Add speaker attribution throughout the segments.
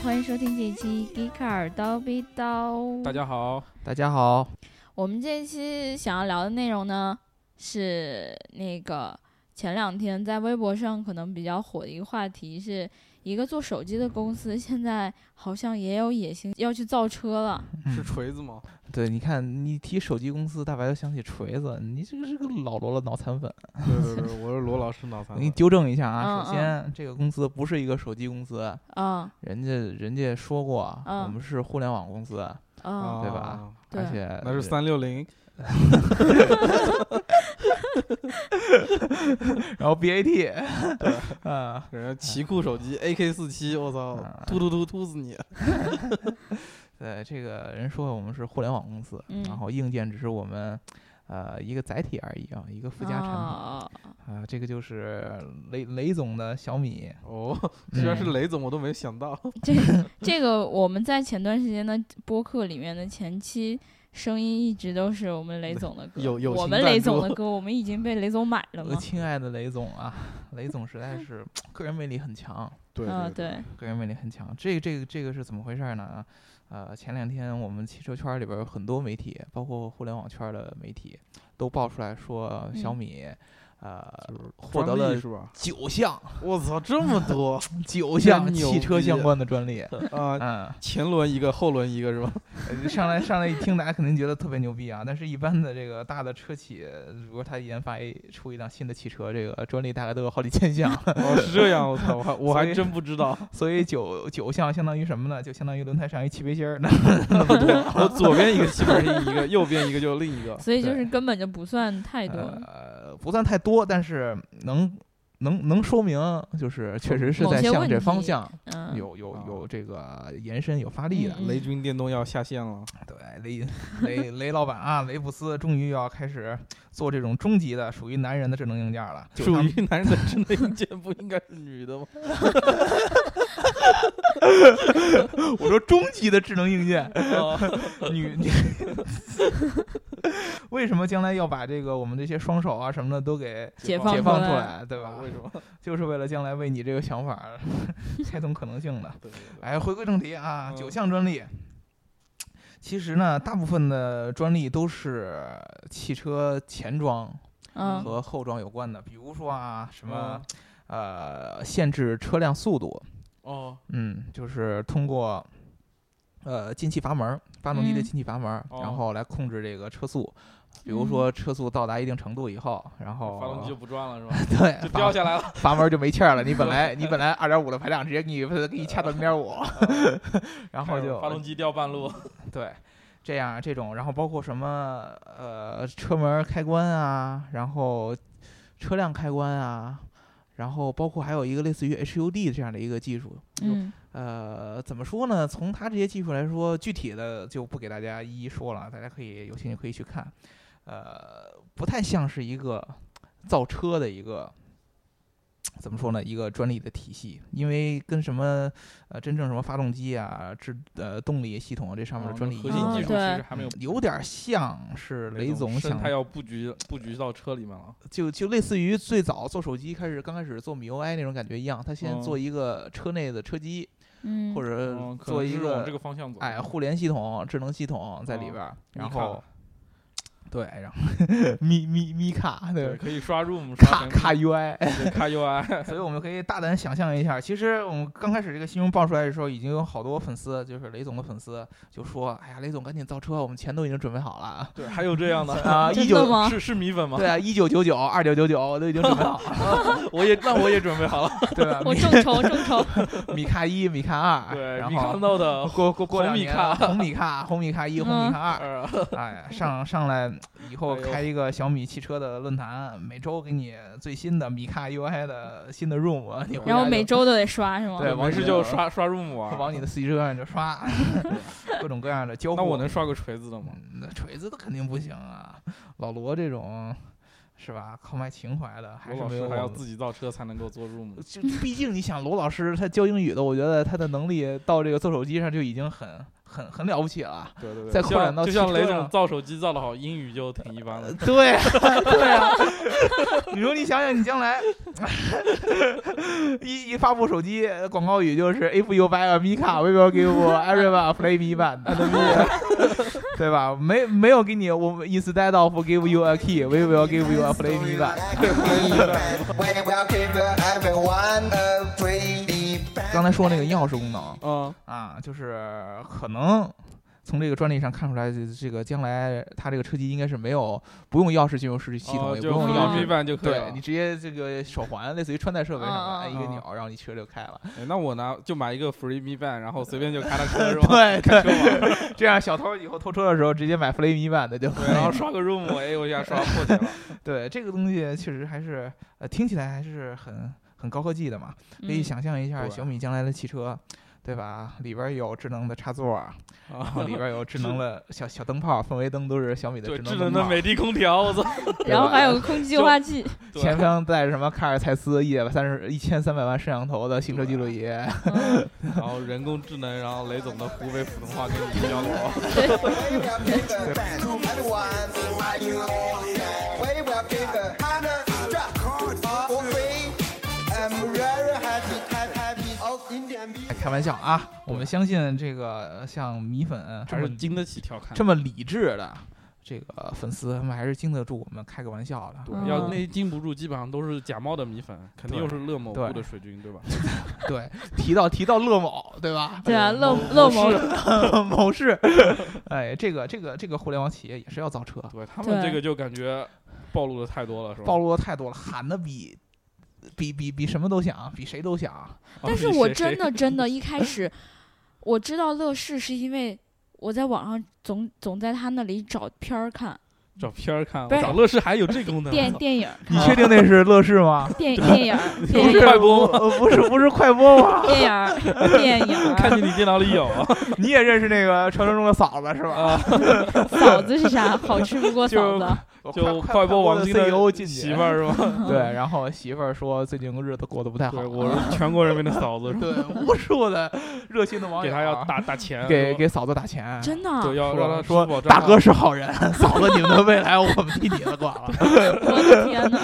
Speaker 1: 欢迎收听这一期《Geeker 刀逼刀》。
Speaker 2: 大家好，
Speaker 3: 大家好，
Speaker 1: 我们这一期想要聊的内容呢，是那个前两天在微博上可能比较火的一个话题，是一个做手机的公司现在好像也有野心要去造车了。
Speaker 3: 嗯
Speaker 2: 是锤子 吗？
Speaker 3: 对，你看，你提手机公司，大白都想起锤子，你这个是个老罗了脑残粉。
Speaker 2: 对对对，我是罗老师脑
Speaker 3: 我
Speaker 2: 残
Speaker 3: 给你
Speaker 2: 粉。
Speaker 3: 纠正一下啊，
Speaker 1: 嗯
Speaker 3: 首先这个公司不是一个手机公司，
Speaker 1: 嗯
Speaker 3: 人家人家说过，
Speaker 1: 嗯
Speaker 3: 我们是互联网公司，
Speaker 1: 嗯，
Speaker 3: 对 吧呃啊
Speaker 2: 啊？
Speaker 3: 而
Speaker 1: 对，
Speaker 3: 且
Speaker 2: 那是三六零，
Speaker 3: 然后 BAT，嗯，
Speaker 2: 人家奇酷手 机 AK 四七，我操
Speaker 3: 啊，
Speaker 2: 突突突突死你！
Speaker 3: 对，这个人说我们是互联网公司，
Speaker 1: 嗯
Speaker 3: 然后硬件只是我们呃一个载体而已啊，一个附加产品啊、
Speaker 1: 哦
Speaker 3: 这个就是雷雷总的小米，
Speaker 2: 哦，居
Speaker 3: 嗯
Speaker 2: 然是雷总，我都没想到。
Speaker 1: 这这个我们在前段时间的播客里面的前期声音一直都是我们雷总的歌，
Speaker 2: 有有
Speaker 1: 我
Speaker 2: 情
Speaker 1: 们
Speaker 2: 赞
Speaker 1: 雷总
Speaker 2: 助
Speaker 1: 的歌，我们已经被雷总买了
Speaker 3: 我
Speaker 1: 嘛？
Speaker 3: 呃亲爱的雷总啊， 雷总实在是个人魅力很强，
Speaker 2: 对
Speaker 1: 嗯，，对，
Speaker 3: 个人魅力很强。这个、这个这个是怎么回事呢？呃，前两天我们汽车圈里边有很多媒体，包括互联网圈的媒体，都爆出来说小
Speaker 1: 嗯
Speaker 3: 米，呃，
Speaker 2: 就是
Speaker 3: 获得
Speaker 2: 专利
Speaker 3: 了
Speaker 2: 是吧？
Speaker 3: 九项
Speaker 2: 我操，这么 多
Speaker 3: 九
Speaker 2: 真
Speaker 3: 项
Speaker 2: 牛
Speaker 3: 汽车相
Speaker 2: 逼
Speaker 3: 关的专利。
Speaker 2: 啊！
Speaker 3: 嗯，
Speaker 2: 前轮一个，后轮一个 是吧？
Speaker 3: 呃上来上来一听，大家肯定觉得特别牛逼啊。但是，一般的这个大的车企，如果他研发一出一辆新的汽车，这个专利大概都有好几千项，
Speaker 2: 哦，是这样，我操，我还我
Speaker 3: 所
Speaker 2: 还
Speaker 3: 以
Speaker 2: 真不知道。
Speaker 3: 所以九九项相当于什么呢？就相当于轮胎上一气背心儿。那
Speaker 2: 我左边一个气门是一个，右边一个就另一个。
Speaker 1: 所以就
Speaker 3: 对
Speaker 1: 是根本就不算太多。
Speaker 3: 呃，不算太多，但是能能能说明，就是确实是
Speaker 1: 某
Speaker 3: 在
Speaker 1: 些
Speaker 3: 向
Speaker 1: 问
Speaker 3: 这
Speaker 1: 题
Speaker 3: 方向
Speaker 1: 嗯，
Speaker 3: 有有
Speaker 2: 啊
Speaker 3: 有这个延伸有发力的。
Speaker 1: 嗯
Speaker 2: 雷军电动要下线了，
Speaker 3: 对，雷雷雷老板啊，雷布斯终于要开始做这种终极的属于男人的智能硬件了，就是
Speaker 2: 属
Speaker 3: 他们
Speaker 2: 于男人的 智能硬件不应该是女的吗？
Speaker 3: 我说终极的智能硬件，
Speaker 1: 哦
Speaker 3: 女 女。为什么将来要把这个我们这些双手啊什么的都给
Speaker 1: 解
Speaker 3: 解
Speaker 1: 放
Speaker 3: 放
Speaker 1: 出
Speaker 3: 出
Speaker 1: 来
Speaker 3: 来，对吧？
Speaker 2: 为什么？
Speaker 3: 就是为了将来为你这个想法儿 开通可能性的。
Speaker 2: 对对对
Speaker 3: 哎，回归正题啊，
Speaker 2: 嗯
Speaker 3: 九项专利。其实呢，大部分的专利都是汽车前装
Speaker 1: 嗯
Speaker 3: 和后装有关的，比如说啊，什么
Speaker 2: 嗯
Speaker 3: 呃，限制车辆速度，
Speaker 2: 哦
Speaker 3: 嗯，就是通过呃进气阀门儿，发动机的
Speaker 1: 嗯
Speaker 3: 进气阀门儿，
Speaker 2: 哦嗯
Speaker 3: 然后来控制这个车速。比如说车速到达一定程度以后，然后
Speaker 2: 发动机就不转了是吧？
Speaker 3: 对
Speaker 2: 就
Speaker 3: 阀
Speaker 2: 掉下来了。
Speaker 3: 阀门就没气儿了。你 本来你本来二点五的排量，直接给你给你掐到零点五， 然后就
Speaker 2: 嗯
Speaker 3: 嗯
Speaker 2: 发动机掉半路，
Speaker 3: 对，这样这种，然后包括什么呃车门开关啊，然后车辆开关啊，然后包括还有一个类似于 HUD 这样的一个技术。
Speaker 1: 嗯
Speaker 3: 呃，怎么说呢？从它这些技术来说，具体的就不给大家一一说了，大家可以有兴趣可以去看。呃，不太像是一个造车的一个怎么说呢？一个专利的体系，因为跟什么呃真正什么发动机啊、制呃动力系统啊这上面的专利
Speaker 2: 嗯哦核
Speaker 3: 一
Speaker 2: 心
Speaker 3: 样嗯
Speaker 2: 技术其
Speaker 1: 对
Speaker 2: 实还没有。
Speaker 3: 有点像是雷总
Speaker 2: 生
Speaker 3: 想
Speaker 2: 态要布局布局到车里面了，
Speaker 3: 就就类似于最早做手机开始刚开始做米 UI 那种感觉一样，他先
Speaker 2: 嗯
Speaker 3: 做一个车内的车机，
Speaker 1: 嗯，
Speaker 3: 或者
Speaker 2: 嗯可
Speaker 3: 呃做
Speaker 2: 能
Speaker 3: 一
Speaker 2: 是
Speaker 3: 个
Speaker 2: 往这个方向走。
Speaker 3: 哎，互联系统、智能系统在里边儿，然
Speaker 2: 米卡
Speaker 3: 后对，然后 米米米卡
Speaker 2: 对，
Speaker 3: 对
Speaker 2: 可以刷 room 刷
Speaker 3: 卡卡 UI，
Speaker 2: 屏幕对卡 UI，
Speaker 3: 所以我们可以大胆想象一下，其实我们刚开始这个新闻爆出来的时候，已经有好多粉丝，就是雷总的粉丝，就说：“哎呀，雷总赶紧造车，我们钱都已经准备好了
Speaker 2: 对，还有这样的，
Speaker 3: 啊！”一
Speaker 1: 真的
Speaker 3: 九
Speaker 1: 吗？
Speaker 2: 是是米粉吗
Speaker 3: 对？啊，一九九九、二九九九，我都已经准备好 了，
Speaker 2: 我也那我也准备 好了，
Speaker 3: 对吧？
Speaker 1: 我众筹众筹，
Speaker 3: 米米卡一、米卡二，
Speaker 2: 对，
Speaker 3: 哎然
Speaker 2: 米看
Speaker 3: 后
Speaker 2: 到的
Speaker 3: 过过过
Speaker 2: 红
Speaker 3: 两
Speaker 2: 米
Speaker 3: 年
Speaker 2: 卡呃
Speaker 3: 红米卡、红米卡一、
Speaker 1: 嗯
Speaker 3: 红米卡二，
Speaker 2: 二，
Speaker 3: 哎呀，上上来以后
Speaker 2: 哎呦
Speaker 3: 开一个小米汽车的论坛，每周给你最新的米卡 UI 的新 的 room，你回
Speaker 1: 然后
Speaker 3: 家
Speaker 1: 每
Speaker 3: 就
Speaker 1: 周都得刷是吗？
Speaker 3: 对
Speaker 2: 没
Speaker 3: 往
Speaker 2: 事
Speaker 3: 你
Speaker 2: 就
Speaker 3: 的
Speaker 2: 刷刷 room 玩。
Speaker 3: 往你的四驱车上就刷， 各种各样的交互。
Speaker 2: 那我能刷个锤子的吗？
Speaker 3: 嗯，那锤子的肯定不行啊，老罗这种是吧？靠卖情怀的还
Speaker 2: 罗
Speaker 3: 是
Speaker 2: 老
Speaker 3: 没
Speaker 2: 师
Speaker 3: 有
Speaker 2: 还要
Speaker 3: 我们
Speaker 2: 自己造车才能够做 room。
Speaker 3: 就毕竟你想罗老师他教英语的，我觉得他的能力到这个做手机上就已经很很很了不起了。
Speaker 4: 对对
Speaker 3: 再
Speaker 4: 对，
Speaker 3: 扩
Speaker 2: 就
Speaker 3: 展到
Speaker 2: 像就像
Speaker 3: 汽车
Speaker 2: 雷
Speaker 3: 上
Speaker 2: 总造手机造得好，英语就挺一般的。
Speaker 3: 对对啊， 你说你想想，你将来 一一发布手机呃广告语就是 "If you buy a Mica, we will give everyone a play Me 版的， 对吧？没没有给你，我们 instead of give you a key, we will give you a play Me 版。刚才说那个钥匙功能
Speaker 2: 嗯，
Speaker 3: 啊，就是可能。从这个专利上看出来，这这个将来它这个车机应该是没有不用钥匙进入视系统，
Speaker 2: 哦
Speaker 3: 也不
Speaker 2: 就
Speaker 3: 用
Speaker 1: 用
Speaker 3: 钥
Speaker 1: 钥匙
Speaker 2: 一
Speaker 3: 匙
Speaker 2: 般就可以
Speaker 3: 对
Speaker 2: 了
Speaker 3: 你。直接这个手环，类似于穿戴设备上
Speaker 1: 嗯嗯
Speaker 3: 面，按一个
Speaker 2: 啊嗯
Speaker 3: 钮，然后你车就开了。
Speaker 2: 哎那我拿就买一个 Free Me Band，然后随便就开了 车是吧？
Speaker 3: 对
Speaker 2: 开车网。
Speaker 3: 对，这样小偷以后偷车的时候直接买 Play 米版的就可
Speaker 2: 对，
Speaker 3: 以
Speaker 2: 然后
Speaker 3: 了。
Speaker 2: 刷个 room，哎，我一下刷破解了。
Speaker 3: 对，这个东西确实还是呃听起来还是很很高科技的嘛，可以
Speaker 1: 嗯
Speaker 3: 想象一下
Speaker 2: 对
Speaker 3: 小米将来的汽车。对吧？里边有智能的插座，然后
Speaker 2: 啊，
Speaker 3: 里边 有智能的小小灯泡，氛围灯都是小米的
Speaker 2: 对，智
Speaker 3: 能
Speaker 2: 能的
Speaker 3: 泡
Speaker 2: 美的空调，我操！
Speaker 3: 对
Speaker 1: 然后
Speaker 3: 吧
Speaker 1: 还有空气净
Speaker 2: 就
Speaker 1: 化器，
Speaker 2: 对
Speaker 3: 前方带着什么卡尔蔡司一百三十一千三百万摄像头的行车记录仪，
Speaker 1: 嗯
Speaker 2: 然后人工智能，然后雷总的湖北普通话跟你交流。
Speaker 3: 哎开玩笑啊！我们相信这个像米粉
Speaker 2: 还
Speaker 3: 这么
Speaker 2: 是经得起调侃，
Speaker 3: 这么理智的这个粉丝，他们还是经得住我们开个玩笑的。啊
Speaker 1: 嗯
Speaker 2: 要那经不住，基本上都是假冒的米粉，肯定又是乐某
Speaker 3: 对
Speaker 2: 屋的水军，对吧？
Speaker 3: 对，提到提到乐某，对吧？呃
Speaker 1: 对啊，乐乐某
Speaker 3: 某市， 哎，这个这个这个互联网企业也是要造车，
Speaker 2: 对他们
Speaker 1: 对
Speaker 2: 这个就感觉暴露的太多了，是吧？
Speaker 3: 暴露的太多了，喊的比比比比什么都响，比谁都
Speaker 2: 啊
Speaker 3: 响。
Speaker 1: 但是我真的真 的，一开始我知道乐视是因为我在网上总总在他那里找片儿看，
Speaker 2: 找片儿看，
Speaker 1: 不是
Speaker 2: 找乐视还有这功能
Speaker 1: 电
Speaker 2: 呢，
Speaker 1: 电影儿
Speaker 3: 嗯你
Speaker 1: 看，
Speaker 3: 确定那是乐 视吗？
Speaker 1: 电电影儿
Speaker 2: 不
Speaker 1: 电
Speaker 2: 是
Speaker 1: 影
Speaker 2: 快
Speaker 1: 儿
Speaker 2: 播吗？
Speaker 3: 呃，不是不是快播吗？
Speaker 1: 电影 儿电影
Speaker 2: 看
Speaker 1: 儿，
Speaker 2: 见你电脑里有啊，
Speaker 3: 你也认识那个传说中的嫂子是吧？
Speaker 2: 啊
Speaker 1: 嫂子是啥？好吃不 过嫂
Speaker 2: 就
Speaker 1: 子，
Speaker 2: 就
Speaker 3: 快
Speaker 2: 播王
Speaker 3: 的
Speaker 2: 晶的
Speaker 3: CEO 进去
Speaker 2: 媳妇儿是吧？
Speaker 3: 对，然后媳妇儿说最近日子过得不太好，
Speaker 2: 对，我是全国人民的嫂子，是吧
Speaker 3: 对 无数的热心的网友啊
Speaker 2: 给他要打打钱，
Speaker 3: 给
Speaker 2: 是吧
Speaker 3: 给嫂子打钱，
Speaker 1: 真的，
Speaker 2: 对要让他支
Speaker 3: 说
Speaker 2: 付宝账
Speaker 3: 大
Speaker 2: 号
Speaker 3: 哥是好人，嫂子你们的未来我们替你们管了。
Speaker 1: 我的天呐，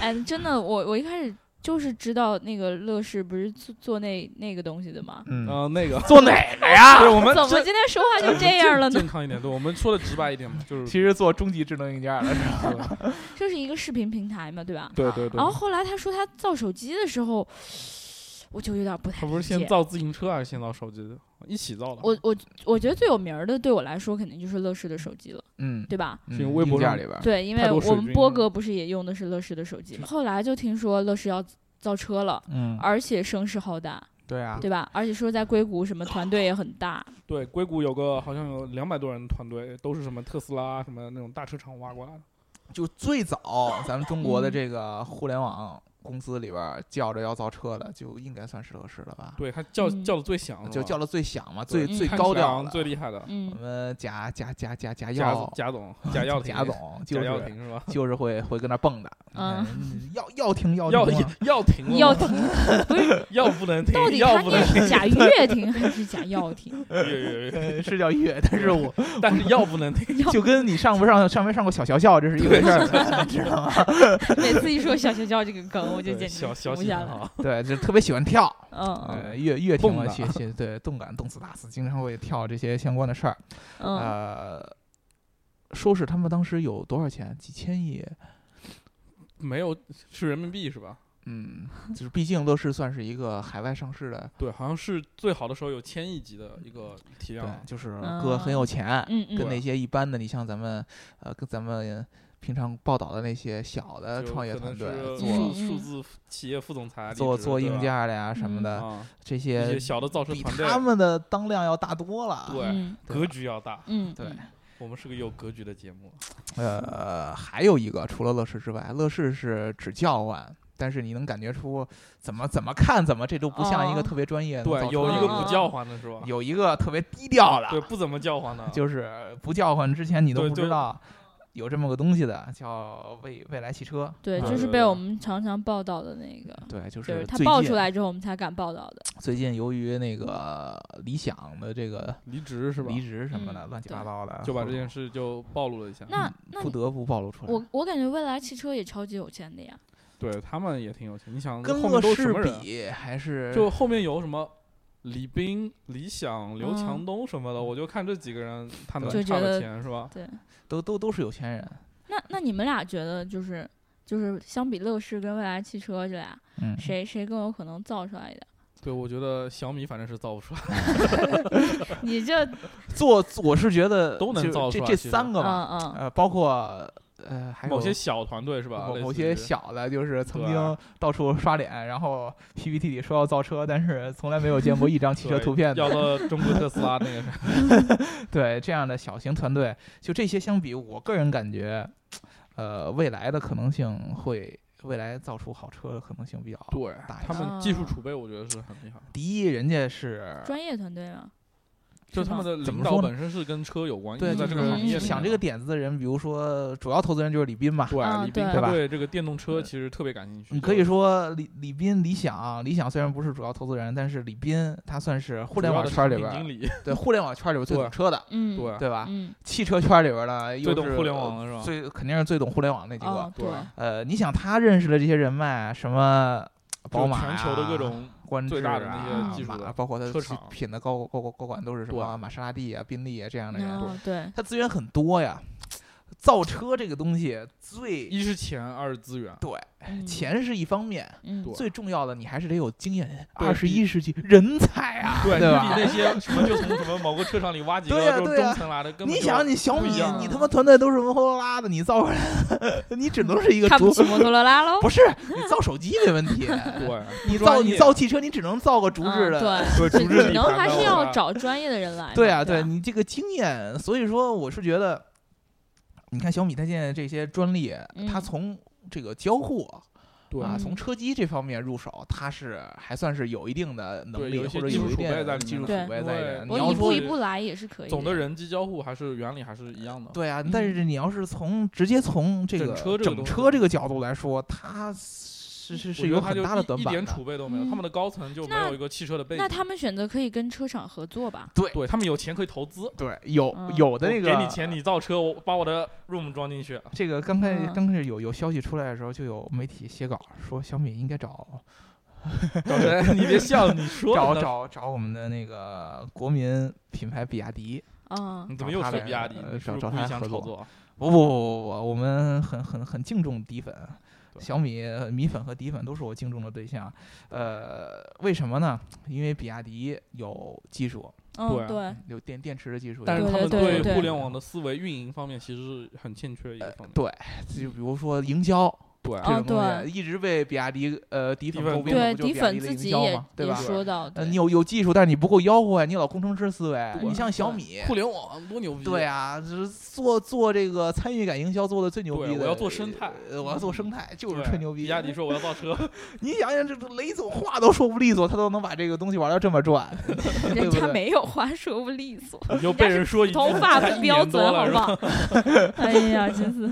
Speaker 1: 哎，真的，我我一开始就是知道那个乐视不是做做那那个东西的吗？
Speaker 3: 嗯，
Speaker 2: 啊那 个，
Speaker 3: 做哪个呀？
Speaker 2: 对，我们
Speaker 1: 怎么
Speaker 2: 真
Speaker 1: 今天说话就这样了呢
Speaker 2: 健？康一点，对，我们说的直白一点嘛， 就是
Speaker 3: 其实做终极智能硬件了，是吧
Speaker 1: 这是一个视频平台嘛，对吧？
Speaker 4: 对对对
Speaker 1: 然后，后来他说他造手机的时候，我就有点不太
Speaker 2: 他不
Speaker 1: 理
Speaker 2: 是
Speaker 1: 解。
Speaker 2: 先造自行车还是先造手机的？一起造的。
Speaker 1: 我我我觉得最有名儿的对我来说肯定就是乐视的手机了，
Speaker 3: 嗯，
Speaker 1: 对吧？
Speaker 3: 嗯
Speaker 2: 是微博
Speaker 3: 硬件
Speaker 2: 上
Speaker 3: 里边儿，
Speaker 1: 对，因
Speaker 2: 啊太
Speaker 1: 为
Speaker 2: 多水
Speaker 1: 我们
Speaker 2: 军
Speaker 1: 波
Speaker 2: 了
Speaker 1: 哥不是也用的是乐视的手机嘛。后来就听说乐视要造车了，
Speaker 3: 嗯，
Speaker 1: 而且声势浩大，
Speaker 3: 对啊，
Speaker 1: 对吧？而且说在硅谷什么
Speaker 2: 哦
Speaker 1: 团队也很大，
Speaker 2: 对，硅谷有个好像有两百多人的团队，都是什么特斯拉什么那种大车厂挖过来的。
Speaker 3: 就最早咱们中国的这个互联网公司里边儿叫着要造车的，就应该算是乐视了吧？
Speaker 2: 对他叫、
Speaker 1: 嗯
Speaker 2: 叫的最响是吧，
Speaker 3: 就叫的最响嘛，最
Speaker 2: 对
Speaker 3: 最
Speaker 2: 看
Speaker 3: 高
Speaker 2: 起来好
Speaker 3: 调
Speaker 2: 像
Speaker 3: 的。
Speaker 2: 最厉害的。
Speaker 3: 我
Speaker 1: 嗯，
Speaker 3: 们贾贾贾贾
Speaker 2: 贾
Speaker 3: 贾耀
Speaker 2: 贾总，贾耀廷，
Speaker 3: 贾总就
Speaker 2: 贾耀
Speaker 3: 是
Speaker 2: 廷是吧？
Speaker 3: 就是会会跟那儿蹦的，
Speaker 1: 嗯
Speaker 3: 嗯，要要停要
Speaker 2: 要
Speaker 3: 停啊，
Speaker 2: 要停了吗，
Speaker 1: 耀廷不是
Speaker 2: 要不能停
Speaker 1: 到，底
Speaker 2: 要
Speaker 1: 他
Speaker 2: 不 能停
Speaker 1: 念，贾跃亭还是贾耀廷？
Speaker 2: 有有有
Speaker 3: 呃是叫月，但是我
Speaker 2: 但是要不能停，
Speaker 3: 就跟你上不上上没上过小学校这是一回事儿，你知道吗？
Speaker 1: 每次一说小学教这个梗， 我就
Speaker 2: 对
Speaker 1: 简直
Speaker 2: 小小
Speaker 1: 停不
Speaker 2: 心
Speaker 1: 下
Speaker 2: 啊 哎
Speaker 1: 来。
Speaker 3: 对，就特别喜欢跳，
Speaker 1: 嗯啊
Speaker 3: 对，越越听
Speaker 2: 动
Speaker 3: 了
Speaker 2: 感
Speaker 3: 些些对动感动次打次，经常会跳这些相关的事儿。
Speaker 1: 嗯，
Speaker 2: 啊
Speaker 3: 呃，说是他们当时有多少钱，几千亿，
Speaker 2: 没有是人民币是吧？
Speaker 3: 嗯，就是毕竟乐视算是一个海外上市的
Speaker 2: 对，好像是最好的时候有千亿级的一个体量
Speaker 3: 对
Speaker 2: 啊，，
Speaker 3: 就是哥很有钱，
Speaker 1: 嗯嗯
Speaker 3: 跟
Speaker 2: 对
Speaker 3: 那些一般的，你像咱们呃，跟咱们平常报道的那些小的
Speaker 2: 就
Speaker 3: 呃创业
Speaker 2: 可
Speaker 3: 团
Speaker 2: 能
Speaker 3: 队
Speaker 2: 是
Speaker 3: 做
Speaker 1: 嗯
Speaker 2: 数数字企业副总裁离职，
Speaker 3: 做做硬
Speaker 2: 对
Speaker 3: 件
Speaker 2: 吧
Speaker 3: 儿的呀什么
Speaker 1: 嗯
Speaker 3: 的，
Speaker 2: 啊，
Speaker 3: 这
Speaker 2: 一
Speaker 3: 些
Speaker 2: 些小的造车
Speaker 3: 比
Speaker 2: 团
Speaker 3: 他
Speaker 2: 队，
Speaker 3: 们的当量要大多了。
Speaker 2: 对
Speaker 1: 嗯
Speaker 2: 格局要大。
Speaker 1: 嗯，
Speaker 3: 对
Speaker 1: 嗯
Speaker 2: 我们是个有格局的节目，
Speaker 3: 呃，还有一个，除了乐视之外，乐视是只叫唤。但是你能感觉出怎么怎么看怎么这都不像一个
Speaker 1: 哦
Speaker 3: 特别专业的
Speaker 2: 对
Speaker 3: 造，车
Speaker 2: 有一个
Speaker 3: 的
Speaker 1: 嗯
Speaker 2: 不叫唤的是吧？
Speaker 3: 有一个特别低调的，
Speaker 2: 对，不怎么叫唤的，
Speaker 3: 就是不叫唤之前你都
Speaker 2: 对
Speaker 3: 不
Speaker 2: 就
Speaker 3: 知道，有这么个东西的，叫未未来汽车。
Speaker 1: 对，
Speaker 2: 啊
Speaker 1: 就
Speaker 2: 对
Speaker 1: 是
Speaker 2: 对
Speaker 1: 被
Speaker 2: 对
Speaker 1: 我们常常报道的那个，
Speaker 3: 对，
Speaker 1: 就
Speaker 3: 就
Speaker 1: 是
Speaker 3: 是
Speaker 1: 它
Speaker 3: 最
Speaker 1: 爆
Speaker 3: 近
Speaker 1: 出来之后我们才敢报道的。
Speaker 3: 最近由于那个理想的这个
Speaker 2: 离职是吧？
Speaker 3: 离职啊什么的，
Speaker 1: 嗯
Speaker 3: 乱七八
Speaker 1: 对
Speaker 3: 糟的，
Speaker 2: 就把这件事就暴露了一下。
Speaker 1: 那
Speaker 3: 嗯
Speaker 1: 那
Speaker 3: 不
Speaker 1: 你
Speaker 3: 得不暴露出来。
Speaker 1: 我我感觉未来汽车也超级有钱的呀，
Speaker 2: 对他们也挺有钱，你想
Speaker 3: 跟
Speaker 2: 后面
Speaker 3: 乐
Speaker 2: 都是什
Speaker 3: 视
Speaker 2: 么人？啊
Speaker 3: 比还是
Speaker 2: 就后面有什么李斌、李想、刘强
Speaker 1: 嗯
Speaker 2: 东什么的，我就看这几个人他能
Speaker 1: 就
Speaker 2: 差
Speaker 1: 觉得
Speaker 2: 的钱是吧？
Speaker 1: 对。
Speaker 3: 都都都是有钱人。
Speaker 1: 那那你们俩觉得就是就是相比乐视跟未来汽车这俩，
Speaker 3: 嗯，
Speaker 1: 谁谁更有可能造出来一点？
Speaker 2: 对，我觉得小米反正是造不出来。
Speaker 1: 你这
Speaker 3: 做我是觉得
Speaker 2: 都能
Speaker 3: 就
Speaker 2: 造出
Speaker 3: 这
Speaker 2: 来
Speaker 3: 这
Speaker 2: 其实
Speaker 3: 三个吧，
Speaker 1: 嗯嗯
Speaker 3: 呃，包括呃还有
Speaker 2: 某些小团队是吧？
Speaker 3: 某
Speaker 2: 类
Speaker 3: 某
Speaker 2: 似于
Speaker 3: 些小的，就是曾
Speaker 2: 对啊
Speaker 3: 经到处刷脸，然后 PPT 里说要造车，但是从来没有见过一张汽车
Speaker 2: 对
Speaker 3: 图片
Speaker 2: 要
Speaker 3: 的，
Speaker 2: 到中国特斯拉那个 是
Speaker 3: 对这样的小型团队，就这些相比，我个人感觉，呃，未来的可能性会，未来造出好车的可能性比较
Speaker 2: 对
Speaker 3: 大一
Speaker 2: 他
Speaker 3: 些。
Speaker 1: 啊
Speaker 2: 们技术储备，我觉得是很厉害。
Speaker 3: 第一，人家是
Speaker 1: 专业团队啊嘛，
Speaker 2: 就是他们
Speaker 1: 吗
Speaker 2: 的
Speaker 3: 怎么
Speaker 2: 领
Speaker 3: 说
Speaker 2: 导
Speaker 3: 呢
Speaker 2: 本身是跟车有关，
Speaker 3: 对，
Speaker 2: 一直
Speaker 3: 就
Speaker 2: 在这个行业
Speaker 3: 是
Speaker 2: 里
Speaker 3: 想
Speaker 2: 面
Speaker 3: 这个
Speaker 2: 的
Speaker 3: 点子的人，比如说主要投资人就是李斌吧，
Speaker 1: 啊
Speaker 2: 对，李斌
Speaker 1: 对
Speaker 2: 他
Speaker 3: 吧
Speaker 2: 对这个电动车其实特别感兴趣。
Speaker 3: 你可以说李李斌、理想，理想虽然不是主要投资人，但是李斌他算是互
Speaker 2: 主
Speaker 3: 联
Speaker 2: 要
Speaker 3: 网
Speaker 2: 的
Speaker 3: 圈儿
Speaker 2: 产
Speaker 3: 里
Speaker 2: 品
Speaker 3: 边
Speaker 2: 经
Speaker 3: 儿，
Speaker 2: 理，
Speaker 3: 对互联网圈儿里边儿最懂
Speaker 2: 对
Speaker 3: 车的，
Speaker 1: 嗯，
Speaker 2: 对，
Speaker 3: 对吧？
Speaker 1: 嗯，
Speaker 3: 汽车圈儿里边儿呢，又
Speaker 2: 最懂
Speaker 3: 是
Speaker 2: 互联网的是吧？
Speaker 3: 最肯定是最懂互联网那几个。
Speaker 1: 哦对
Speaker 2: 对，
Speaker 3: 呃，你想他认识的这些人脉，什么宝
Speaker 2: 就
Speaker 3: 马、
Speaker 2: 全球的各、种
Speaker 3: 官制
Speaker 2: 最大的那
Speaker 3: 啊
Speaker 1: 些技
Speaker 2: 术的
Speaker 3: 马包括他
Speaker 2: 车
Speaker 3: 去
Speaker 2: 厂
Speaker 3: 品的高高高高管都是什么
Speaker 2: 对
Speaker 3: 玛莎拉蒂啊、宾利啊这样的人，
Speaker 1: 嗯对，
Speaker 3: 他资源很多呀。造车这个东西最
Speaker 2: 一是钱，二是资 源，
Speaker 3: 对
Speaker 1: 嗯，
Speaker 3: 哎钱是一方面，
Speaker 1: 嗯
Speaker 2: 对
Speaker 3: 最重要的你还是得有经验。
Speaker 2: 对
Speaker 3: 二十一世纪人才啊，
Speaker 2: 对你比
Speaker 3: 吧？
Speaker 2: 那 些什么就从什么某个车厂里挖几个
Speaker 3: 对呀
Speaker 2: 这种
Speaker 3: 对呀
Speaker 2: 中层来的，根本
Speaker 3: 你
Speaker 2: 就
Speaker 3: 想，你小
Speaker 1: 不
Speaker 3: 米
Speaker 1: 一
Speaker 2: 啊
Speaker 1: 样，
Speaker 3: 你他妈团队都是文呼啦啦的，你造出来， 你只能是一个
Speaker 1: 看不
Speaker 3: 独
Speaker 1: 起摩托罗拉喽？
Speaker 3: 不是，你造手机没问题，
Speaker 2: 对，
Speaker 3: 你
Speaker 2: 专
Speaker 3: 造你
Speaker 2: 业
Speaker 3: 造汽车，你只能造个
Speaker 1: 嗯
Speaker 3: 竹制的。
Speaker 2: 对，
Speaker 1: 对，
Speaker 2: 组织
Speaker 1: 只
Speaker 2: 力
Speaker 1: 能
Speaker 2: 盘
Speaker 1: 还
Speaker 2: 的
Speaker 1: 是
Speaker 2: 话
Speaker 1: 要找专业的人来嘛。
Speaker 3: 对啊，
Speaker 1: 对
Speaker 3: 对你这个经验，所以说我是觉得，你看小米它现在这些专利，它
Speaker 1: 嗯
Speaker 3: 从这个交互
Speaker 2: 对
Speaker 3: 啊，从
Speaker 1: 嗯
Speaker 3: 车机这方面入手，它是还算是有一定的能
Speaker 2: 对
Speaker 3: 力
Speaker 2: 有一
Speaker 3: 或
Speaker 2: 些
Speaker 3: 者
Speaker 2: 技术
Speaker 3: 有一
Speaker 2: 储备
Speaker 3: 定
Speaker 2: 在里
Speaker 3: 技
Speaker 2: 面
Speaker 3: 术储
Speaker 1: 的
Speaker 2: 对
Speaker 3: 备在这。你
Speaker 1: 我
Speaker 3: 要
Speaker 1: 一步
Speaker 3: 说
Speaker 1: 一步来也是可以。
Speaker 2: 总的，人机交互还是原理还是一样的。
Speaker 3: 对啊
Speaker 1: 嗯，
Speaker 3: 但是你要是从直接从这
Speaker 2: 整
Speaker 3: 个
Speaker 2: 车这个
Speaker 3: 整
Speaker 2: 东
Speaker 3: 车
Speaker 2: 西
Speaker 3: 这个角度来说，它是是
Speaker 2: 我
Speaker 3: 是
Speaker 2: 觉
Speaker 3: 有
Speaker 2: 得它
Speaker 3: 很
Speaker 2: 就
Speaker 3: 大的
Speaker 2: 一
Speaker 3: 短
Speaker 2: 一
Speaker 3: 板
Speaker 2: 点
Speaker 3: 的。
Speaker 2: 储备都没有，
Speaker 1: 嗯
Speaker 2: 他们的高层就没
Speaker 1: 那
Speaker 2: 有一个汽车的背景
Speaker 1: 那，他们选择可以跟车厂合作吧？
Speaker 3: 对
Speaker 2: 对他们有钱可以投资。
Speaker 3: 对，有
Speaker 1: 嗯
Speaker 3: 有的
Speaker 2: 我
Speaker 3: 那个
Speaker 2: 给你钱，你造车，我把我的 room 装进 去。
Speaker 3: 这个刚开
Speaker 1: 嗯
Speaker 3: 刚开始有有消息出来的时候，就有媒体写稿说小米应该找
Speaker 2: 找谁？你别笑，你说
Speaker 3: 找
Speaker 2: 呢
Speaker 3: 找找我们的那个国民品牌比亚迪。
Speaker 1: 嗯
Speaker 2: 你怎么又
Speaker 3: 找他
Speaker 2: 说
Speaker 3: 来
Speaker 2: 比亚迪？
Speaker 3: 呃
Speaker 2: 你是
Speaker 3: 找
Speaker 2: 不是
Speaker 3: 找
Speaker 2: 故
Speaker 3: 他
Speaker 2: 意想
Speaker 3: 合
Speaker 2: 炒
Speaker 3: 作
Speaker 2: 作啊？
Speaker 3: 不不不不不，我们很很很敬重迪粉，
Speaker 2: 对
Speaker 3: 小米米粉和迪粉都是我敬重的对象。呃，为什么呢？因为比亚迪有技术，
Speaker 1: 嗯，
Speaker 2: 对
Speaker 1: 对，
Speaker 3: 有电电池的技术，
Speaker 2: 但是
Speaker 3: 有
Speaker 2: 他们
Speaker 1: 对对对
Speaker 2: 互联网的思维运营方面其实是很欠缺一个方面。
Speaker 3: 呃对，就比如说营销
Speaker 2: 对
Speaker 3: 这
Speaker 1: 啊
Speaker 3: 种东
Speaker 1: 对
Speaker 3: 西，一直被比亚迪呃迪粉
Speaker 2: 迪粉
Speaker 3: 诟病
Speaker 1: 对，
Speaker 3: 的不就是
Speaker 1: 迪
Speaker 3: 比亚
Speaker 1: 粉
Speaker 3: 迪的
Speaker 1: 自
Speaker 3: 营
Speaker 1: 己
Speaker 3: 销
Speaker 1: 也
Speaker 3: 嘛，对
Speaker 1: 也
Speaker 3: 吧？
Speaker 1: 说到，
Speaker 3: 呃，
Speaker 1: 对
Speaker 3: 你有有技术，但是你不够吆喝呀，你老工程师思维。
Speaker 2: 对
Speaker 3: 你像小
Speaker 1: 对
Speaker 3: 米，
Speaker 2: 互联网多牛逼！
Speaker 3: 对啊，就是做做这个参与感营销做的最牛
Speaker 2: 对
Speaker 3: 逼的。
Speaker 2: 我要做生态
Speaker 3: 呃我要做生态，就
Speaker 2: 对，
Speaker 3: 是吹牛逼。
Speaker 2: 比亚迪，说我要造车，
Speaker 3: 你想想，这这雷总话都说不利索，他都能把这个东西玩到这么转，对
Speaker 1: 人
Speaker 3: 不
Speaker 1: 家
Speaker 3: 对
Speaker 1: 没有话说不利索，
Speaker 2: 你就被人说一句
Speaker 1: 头发
Speaker 2: 才
Speaker 1: 不
Speaker 2: 一
Speaker 1: 标
Speaker 2: 年
Speaker 1: 准，
Speaker 2: 多
Speaker 1: 好
Speaker 2: 了是
Speaker 1: 不
Speaker 2: 吧？
Speaker 1: 好？哎呀，真是。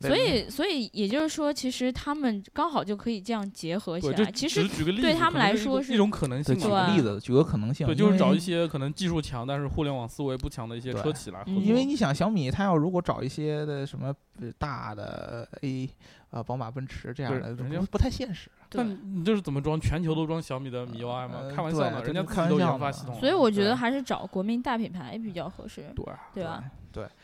Speaker 1: 所以，所以也就是说，其实他们刚好就可以这样结合起
Speaker 2: 对，这
Speaker 1: 来。其实
Speaker 2: 只，举个例子，
Speaker 1: 对他们
Speaker 2: 可能
Speaker 1: 来
Speaker 2: 一
Speaker 1: 说
Speaker 2: 个
Speaker 1: 是
Speaker 2: 一种可能
Speaker 3: 对，
Speaker 2: 性嘛。
Speaker 3: 举个
Speaker 1: 对啊
Speaker 3: 例子，举个可能性。
Speaker 2: 对，就是找一
Speaker 3: 因为。
Speaker 2: 些可能技术强，但是互联网思维不强的一些
Speaker 3: 对
Speaker 2: 车企来合
Speaker 1: 嗯
Speaker 2: 作。
Speaker 3: 因为你想，小米它要如果找一些的什么呃大的 A 啊，宝马、奔驰这样
Speaker 2: 对
Speaker 3: 的，
Speaker 2: 人家
Speaker 3: 不不太现实。啊
Speaker 1: 对
Speaker 2: 但你这是怎么装？全球都装小米的 MIUI 吗？
Speaker 3: 呃
Speaker 2: 开玩笑呢，
Speaker 3: 对
Speaker 2: 人家
Speaker 3: 这
Speaker 2: 自
Speaker 3: 开
Speaker 2: 己
Speaker 3: 玩
Speaker 2: 都
Speaker 3: 笑
Speaker 2: 研发
Speaker 3: 嘛
Speaker 2: 系统了。
Speaker 1: 所以我觉
Speaker 3: 对
Speaker 1: 得还是找国民大品牌比较合适，
Speaker 2: 对，
Speaker 3: 啊
Speaker 1: 对吧？嗯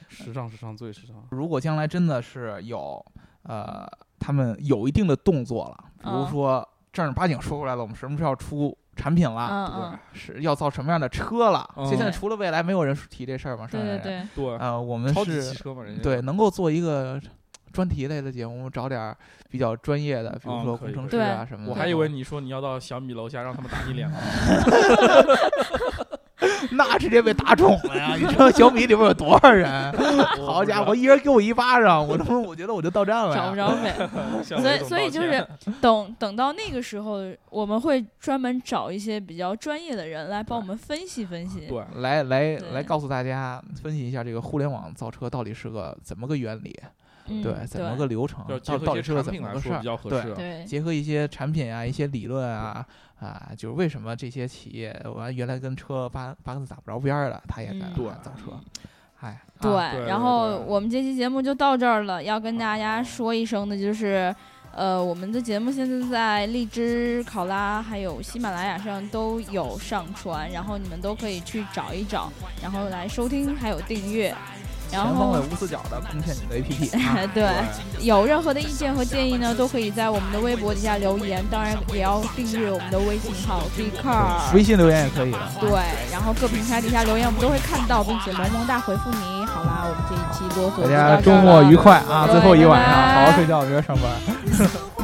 Speaker 2: 时尚时尚最时尚。
Speaker 3: 如果将来真的是有呃，他们有一定的动作了，比如
Speaker 1: 嗯
Speaker 3: 说正儿八经说出来了，我们什么时候要出产品了，
Speaker 2: 啊
Speaker 1: 嗯嗯，
Speaker 3: 是要造什么样的车了。
Speaker 2: 嗯
Speaker 3: 就现在除了未来，没有人提这事儿嘛。
Speaker 1: 对
Speaker 3: 剩下
Speaker 1: 对
Speaker 3: 人，
Speaker 1: 对，
Speaker 2: 对，哎
Speaker 3: 呃，我们
Speaker 2: 超级汽
Speaker 3: 是
Speaker 2: 车嘛，人家
Speaker 3: 对能够做一个专题类的节目，找点儿比较专业的，比如
Speaker 2: 嗯
Speaker 3: 说
Speaker 2: 可
Speaker 3: 工
Speaker 2: 以
Speaker 3: 程
Speaker 2: 可
Speaker 3: 师
Speaker 1: 以
Speaker 3: 啊什么的。
Speaker 2: 我还以为你说你要到小米楼下让他们打你脸呢。
Speaker 3: 那直接被打肿了呀！你知道小米里面有多 少人？好家伙，一人给我一巴掌，我他妈我觉得我就到站了
Speaker 1: 找不
Speaker 3: 呀。
Speaker 1: 着北。
Speaker 2: 我，向
Speaker 1: 所
Speaker 2: 雷
Speaker 1: 以，
Speaker 2: 总
Speaker 1: 所以
Speaker 2: 道
Speaker 1: 就
Speaker 2: 歉
Speaker 1: 是等等到那个时候，我们会专门找一些比较专业的人来帮我们分析分析。
Speaker 2: 对，
Speaker 3: 来来
Speaker 1: 对
Speaker 3: 来，告诉大家分析一下这个互联网造车到底是个怎么个原理，
Speaker 1: 嗯
Speaker 3: 对，怎么个流程
Speaker 2: 要，结
Speaker 3: 到
Speaker 2: 合
Speaker 3: 到
Speaker 2: 一
Speaker 3: 底
Speaker 2: 些
Speaker 3: 是个
Speaker 2: 产
Speaker 3: 怎
Speaker 2: 品
Speaker 3: 么
Speaker 2: 来
Speaker 3: 个事
Speaker 2: 说
Speaker 3: 儿
Speaker 2: 比。较合
Speaker 3: 对
Speaker 2: 适。啊
Speaker 1: 对
Speaker 3: 结合一些产品啊、一些理论啊啊，就是为什么这些企业完原来跟车八八个字打不着边儿了，他也在
Speaker 1: 嗯
Speaker 2: 对
Speaker 3: 造车，哎，
Speaker 1: 对
Speaker 3: 啊
Speaker 2: 对对
Speaker 1: 然后
Speaker 2: 对
Speaker 1: 我们这期节目就到这儿了。要跟大家
Speaker 2: 好
Speaker 1: 说一声的就是，呃，我们的节目现在在荔枝、考拉还有喜马拉雅上都有上传，然后你们都可以去找一找，然后来收听还有订阅。然
Speaker 3: 全
Speaker 1: 后。
Speaker 3: 方位无死角的攻陷你的 APP 啊
Speaker 1: 对，有任何的意见和建议呢，都可以在我们的微博底下留言，当然也要订阅我们的微信号 B Car。
Speaker 3: 微信留言也可以的。
Speaker 1: 对，然后各平台底下留言我们都会看到，并且萌萌哒回复你。好啦，我们这一期啰嗦
Speaker 3: 大
Speaker 1: 就
Speaker 3: 家
Speaker 1: 到这
Speaker 3: 周
Speaker 1: 儿
Speaker 3: 末
Speaker 1: 了
Speaker 3: 愉快啊！
Speaker 1: 对
Speaker 3: 最后一晚
Speaker 1: 拜
Speaker 3: 上，
Speaker 1: 拜
Speaker 3: 好好睡觉，别上班。